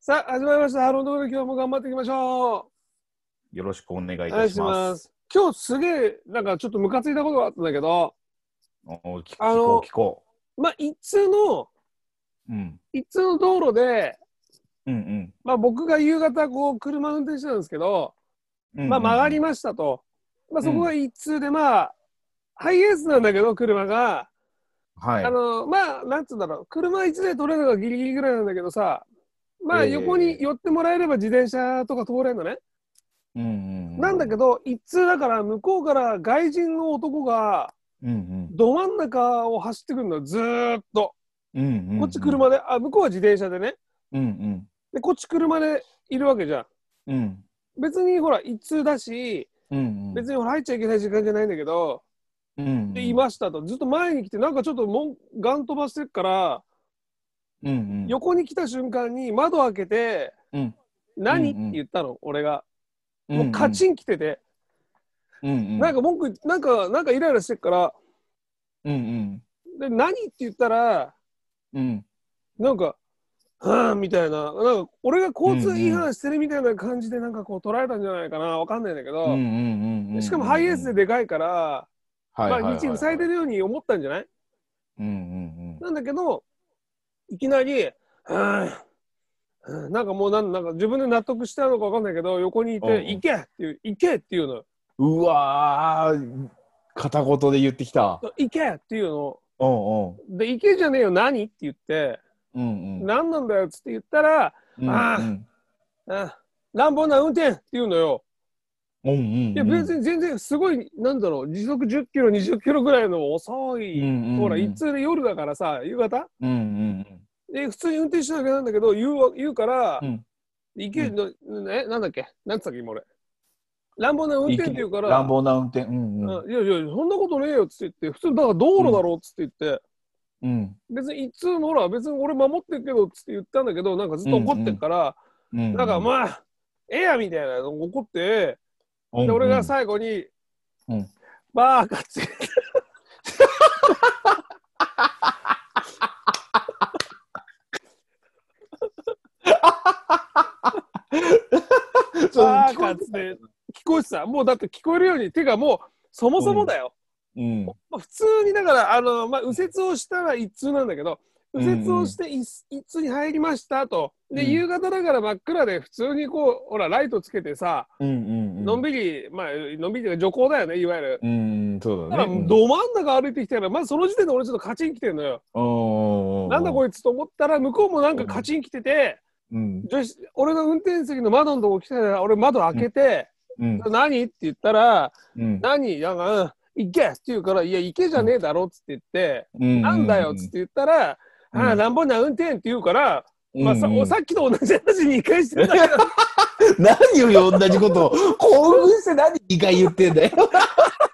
さあ、始まりました。ハロードール、今日も頑張っていきましょよろしくお願う。いいたします。す。今日すげえ、なんかちょっとムカついたことがあったんだけど、おー聞あ聞のこう聞こまあ、一通の、う。うん。一通の道路で、うんうんまあ、僕が夕方、こう、車運転してたんですけど、うんうん。まあ、曲がりましたと。まあ、そこが一通で、まあ、ハイエースなんだけど、車が。はい。あの、まあ、なんつうんだろう。車一台取れるのがギリギリぐらいなんだけどさ、まあ、ええ横に寄ってもらえれば自転車とか通れるのね。うんうん、なんだけど、ど、一通だから、向こうから外人の男が、うんうんど真ん中を走ってくるの、ずーっと。うんうんうん、こっち車で、あ、向こうは自転車でね。うんで、こっち車でいるわけじゃん。うんうん別にほら、一通だし、うんうん、別に、にほら、入っちゃいけない時間じゃないんだけど、うんうん、で、いましたと。ずっと前に来て、なんかちょっともん、ガン飛ばしてるから、うんうん、横に来た瞬間に窓開けて、うん何、うんうんって言ったの、俺が。うんうもんうカチン来てて、うんうん、なんか文句、なんか、なんかイライラしてるから、うんうんで、何って言ったら、うんなんか、はぁ、みたいな、なんか、俺が交通違反してるみたいな感じで、なんかこう、捉えたんじゃないかな、わかんないんだけうんうど、んうんうん、しかもハイエースででかいから、はいまはいはいあ、はい、道に咲いてるように思ったんじゃないうんうんなんだけど、いきなり、はぁ、はぁなんかもうなん、なんか自分で納得したのかわかんないけど、横にいて、うんうん行けっていう、行けっていうの、うん、うわー片言で言ってきた。行けっていうの、おうで、行けじゃねえよ、何って言って、おう。うんうん。何なんだよっつって言ったら、うんあーうん乱暴な運転って言うのよ。うんうんうん。いや別に全然すごいなんだろう時速10キロ20キロぐらいの遅い、うんうんうんほら一通で夜だからさ夕方うんうんで普通に運転しなきゃなんだけど言うわ言うから、うん行けるの、えなんだっけなんつったっけ今俺乱暴な運うん。転って言うから乱暴な運転。うんうん。うんいやいやそんなことねえよっつって言って普通だから道路だろっつって言って、うん別に一通もほら別に俺守ってるけどっつって言ったんだけどなんかずっと怒ってるから、うん。なんかまあええやみたいなの怒ってうんうんで俺が最後にうん「バーカ」って そうあー聞こえかてつ聞こえてた。もうだって聞こえるように。てかもう、そもそもだよ。うんまあ普通にだから、あの、まあ、右折をしたら一通なんだけど、うん右折をして一一通に入りましたと。で、うん夕方だから真っ暗で、普通にこう、ほら、ライトつけてさ、うんうんうんのんびり、まあ、のんびりというか徐行だよね、いわゆる。うんうんそうだだかねら、ど真ん中歩いてきたら、まずその時点で俺ちょっとカチン来てんのよ。うんなんだこれいつと思ったら、向こうもなんかカチン来てて、うん女子俺の運転席の窓のとこ来たら、俺窓開けて、うん何って言ったら、うん何なんか、うん行けって言うから、いや、行けじゃねえだろっつって言って、うんなんだよっつって言ったら、うんああ、なんぼな運転って言うから、まあさ、うんうんさっきと同じ話に返してたから、何を同じ ことを興奮して何二回言ってんだよ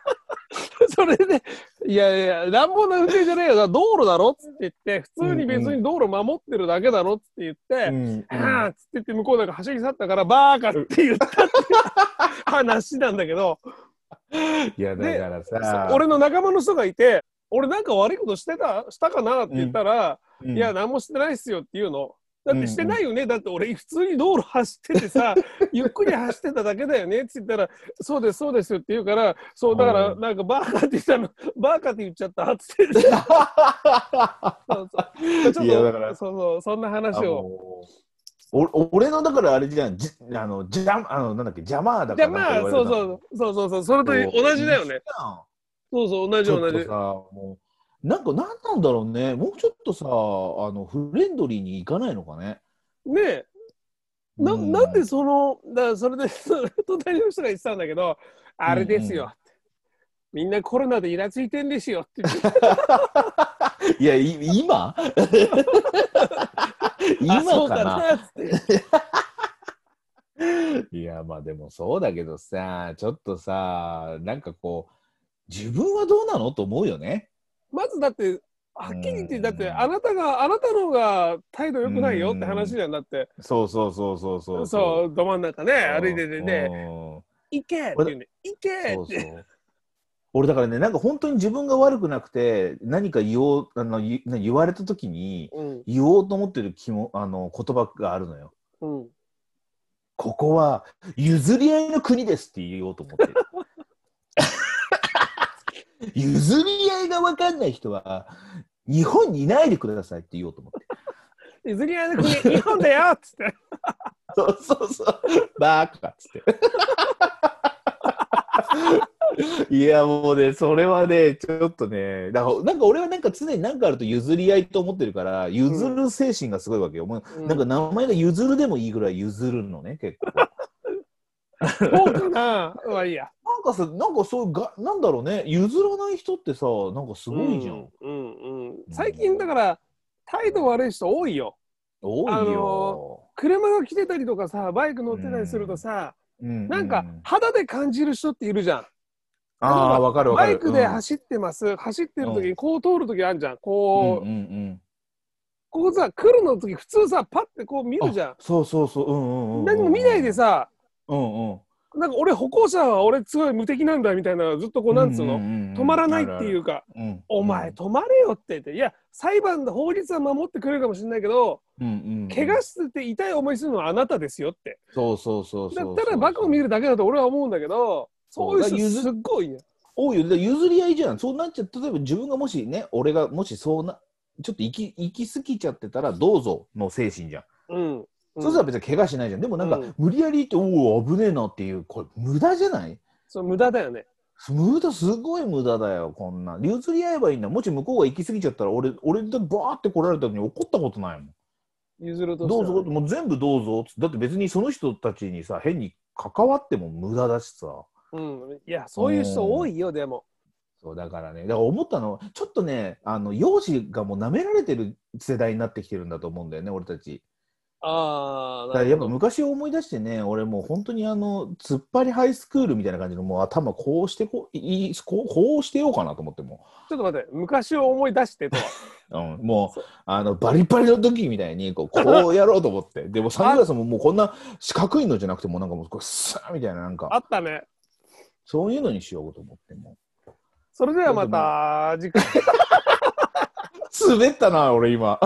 それで、いやいや、なんぼな運転じゃねえよな、道路だろっつって言って、普通に別に道路守ってるだけだろっつって言って、んああっつって言って向こうなんか走り去ったからバーカって言ったっていう 話なんだけどいやだからさ俺の仲間の人がいて俺なんか悪いことしてたしたかなって言ったら、うんい や、何もしてないっすよっていうの。だってしてないよね、だって俺、普通に道路走ってて さ、ゆっくり走ってただけだよねって言ったら、そうです、そうですよって言うから、そう、だから、うんなんかバーカって言ったの、バーカって言っちゃったっつって、そうそう ちょっいやとだからそうそう、そんな話あを。のお俺のだからあれじゃんじあのじゃあのなんだっけ邪魔だじかゃらあまあ、そうそう、そうそうそう、それと同じだよね。そうそう、同じちょ同っとじさ。もうなんか何なんだろうねもうちょっとさあのフレンドリーに行かないのかねねえ、なうなんでその、だからそれで、 その隣の人が言ってたんだけど、あれですよって。みんなコロナでイラついてんですよって言って。いや、い 今今あそうかななっつっていや、まあでもそうだけどさ、ちょっとさ、なんかこう、自分はどうなのと思うよね。まずだってはっきり言ってうんだってあなたがあなたの方が態度良くないよって話じゃんだってそうそうそうそうそ。そううど真ん中ね歩いててねね。行けって言うね行けそうってそう。俺だからね、なんか本当に自分が悪くなくて、何か言おう、あの言言われた時に、うん言おうと思ってる気もあの言葉があるのよ。うん。ここは譲り合いの国ですって言おうと思って る。譲り合いが分かんない人は日本にいないでくださいって言おうと思って。譲り合いの国、日本だよっつって。そうそうそう。バーカっつって。 いやもうね、それはね、ちょっとね、だからなんか俺はなんか常に何かあると譲り合いと思ってるから、譲る精神がすごいわけよ。もう なんか名前が譲るでもいいぐらい譲るのね、結構。そうかな。まあいいや。なんかさ、なんかそういうが、なんだろうね、譲らない人ってさ、なんかすごいじゃん。。うんうん。最近だから、態度悪い人多いよ。多いよ。車が来てたりとかさ、バイク乗ってたりするとさ、うんなんうか肌で感じる人っているじゃん。ああ、わかるわかバる。イクで走ってます、走ってる時にこう通る時あるじゃん。こう、うんうんうんここさ、来るの時普通さ、パッてこう見うん、るじゃ。あそうそうそう。うんうんうんん。何も見ないで。さ、うんうん。なんか俺歩行者は俺すごい無敵なんだみたいなのがずっとこうなんつうの、止止。まらないっていううか、うんお前、止まれよって言って、いや、裁判で法律は守ってくれるかもしれないけど、うんうんうん、怪我して痛い思いするのはあなたですよって。そうそうそうそうそう。だったらバカを見るだけだと俺は思うんだけど、そういうそうだ人すっごいね。多いよ。だから譲り合いじゃん。そうなっちゃう。例えば自分がもしね、俺がもしそうな、ちょっと行き行き過ぎちゃってたら、どうぞの精神じゃん。うん。そうすれば別に怪我しないじゃん。でもなんか、うん無理やりって、おお、危ねえなっていう、これ無駄じゃないそう無駄だよね。無駄、すごい無駄だよ、こんな。譲り合えばいいんだ。もし向こうが行き過ぎちゃったら、俺、俺でバーって来られたのに怒ったことないもん。譲るとしてどはうぞ、もう全部どうぞっつって。だって別にその人たちにさ、変に関わっても無駄だしさ。うん。いや、そういう人多いよ、でも。そう、だからね。だから思ったのは、ちょっとね、あの、容姿がもう舐められてる世代になってきてるんだと思うんだよね、俺たち。ああ、だからやっぱなる昔を思い出してね、俺もう本当にあの、突っ張りハイスクールみたいな感じの、もう頭こうしてこう、いいこう、こうしてようかなと思ってもほどちょっと待って、昔を思い出してとは。う、うん、もう、あの、バリバリの時みたいに、こう、こうやろうと思って。でもサングラスももうこんな四角いのじゃなくて、もうなんかもう、こう、スーみたいな、なんあか、ったね。そういうのにしようと思っても。それではまた次回。 滑ったな、俺今。